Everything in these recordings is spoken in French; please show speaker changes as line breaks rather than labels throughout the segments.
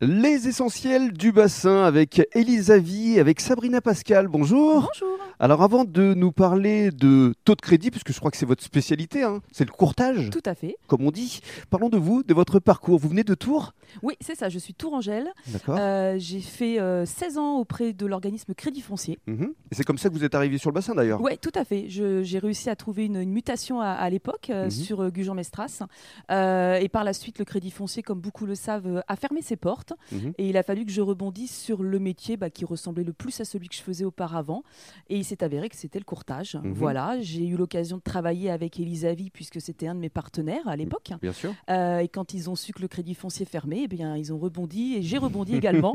Les essentiels du bassin avec Elisa Vie, avec Sabrina Pascal. Bonjour.
Bonjour.
Alors avant de nous parler de taux de crédit, puisque je crois que c'est votre spécialité, hein, c'est le courtage,
Tout à fait.
comme on dit. Parlons de vous, de votre parcours. Vous venez de Tours
Oui, c'est ça, je suis Tourangelle.
D'accord.
Euh, j'ai fait euh, 16 ans auprès de l'organisme Crédit Foncier.
Mhm. Et c'est comme ça que vous êtes arrivé sur le bassin d'ailleurs.
Oui, tout à fait. Je- j'ai réussi à trouver une, une mutation à, à l'époque euh,
Mhm.
sur euh, Gujan-Mestras. Euh, et par la suite, le Crédit Foncier, comme beaucoup le savent, euh, a fermé ses portes.
Mhm.
Et il a fallu que je rebondisse sur le métier bah, qui ressemblait le plus à celui que je faisais auparavant. Et il s'est avéré que c'était le courtage.
Mhm.
Voilà, j'ai eu l'occasion de travailler avec Elisavie puisque c'était un de mes partenaires à l'époque.
Bien sûr.
Euh, et quand ils ont su que le crédit foncier fermait, eh bien, ils ont rebondi et j'ai rebondi également.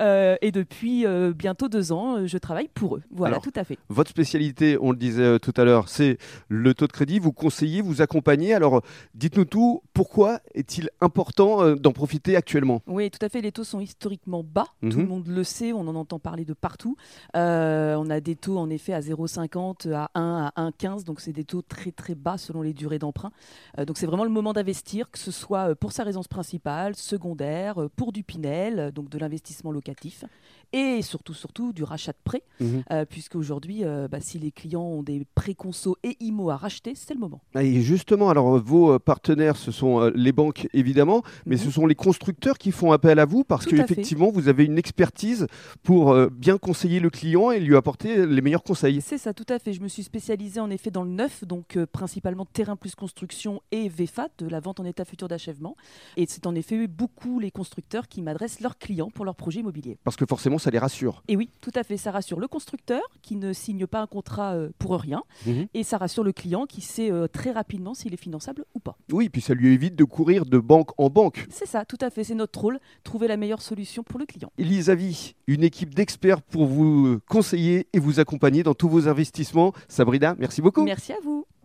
Euh, et depuis euh, bientôt deux ans, euh, je travaille pour eux. Voilà,
Alors,
tout à fait.
Votre spécialité, on le disait euh, tout à l'heure, c'est le taux de crédit. Vous conseillez, vous accompagnez. Alors dites-nous tout, pourquoi est-il important euh, d'en profiter actuellement
Oui, tout à fait. Les taux sont historiquement bas. Tout
Mhm.
le monde le sait. On en entend parler de partout. Euh, on a des taux en effet à 0,50, à 1, à 1,15. Donc, c'est des taux très très bas selon les durées d'emprunt. Euh, donc, c'est vraiment le moment d'investir, que ce soit euh, pour sa résidence principale, secondaire, euh, pour du Pinel, euh, donc de l'investissement locatif, et surtout surtout du rachat de prêt,
Mhm.
euh, puisque aujourd'hui, euh, bah, si les clients ont des prêts conso et IMO à racheter, c'est le moment.
Ah, Et justement, alors euh, vos euh, partenaires, ce sont euh, les banques évidemment, mais
Mhm.
ce sont les constructeurs qui font appel à vous parce
Tout à
qu'effectivement, vous avez une expertise pour euh, bien conseiller le client et lui apporter les meilleurs conseils.
C'est ça, tout à fait. Je me suis spécialisée en effet dans le neuf, donc euh, principalement terrain plus construction et VFAT, de la vente en état futur d'achèvement. Et c'est en effet beaucoup les constructeurs qui m'adressent leurs clients pour leurs projets immobiliers.
Parce que forcément, ça les rassure.
Et oui, tout à fait, ça rassure le constructeur qui ne signe pas un contrat euh, pour rien,
Mhm.
et ça rassure le client qui sait euh, très rapidement s'il est finançable ou pas.
Oui, puis ça lui évite de courir de banque en banque.
C'est ça, tout à fait, c'est notre rôle, trouver la meilleure solution pour le client.
Elisavi, une équipe d'experts euh, pour vous conseiller et vous accompagner dans tous vos investissements. Sabrina, merci beaucoup.
Merci à vous.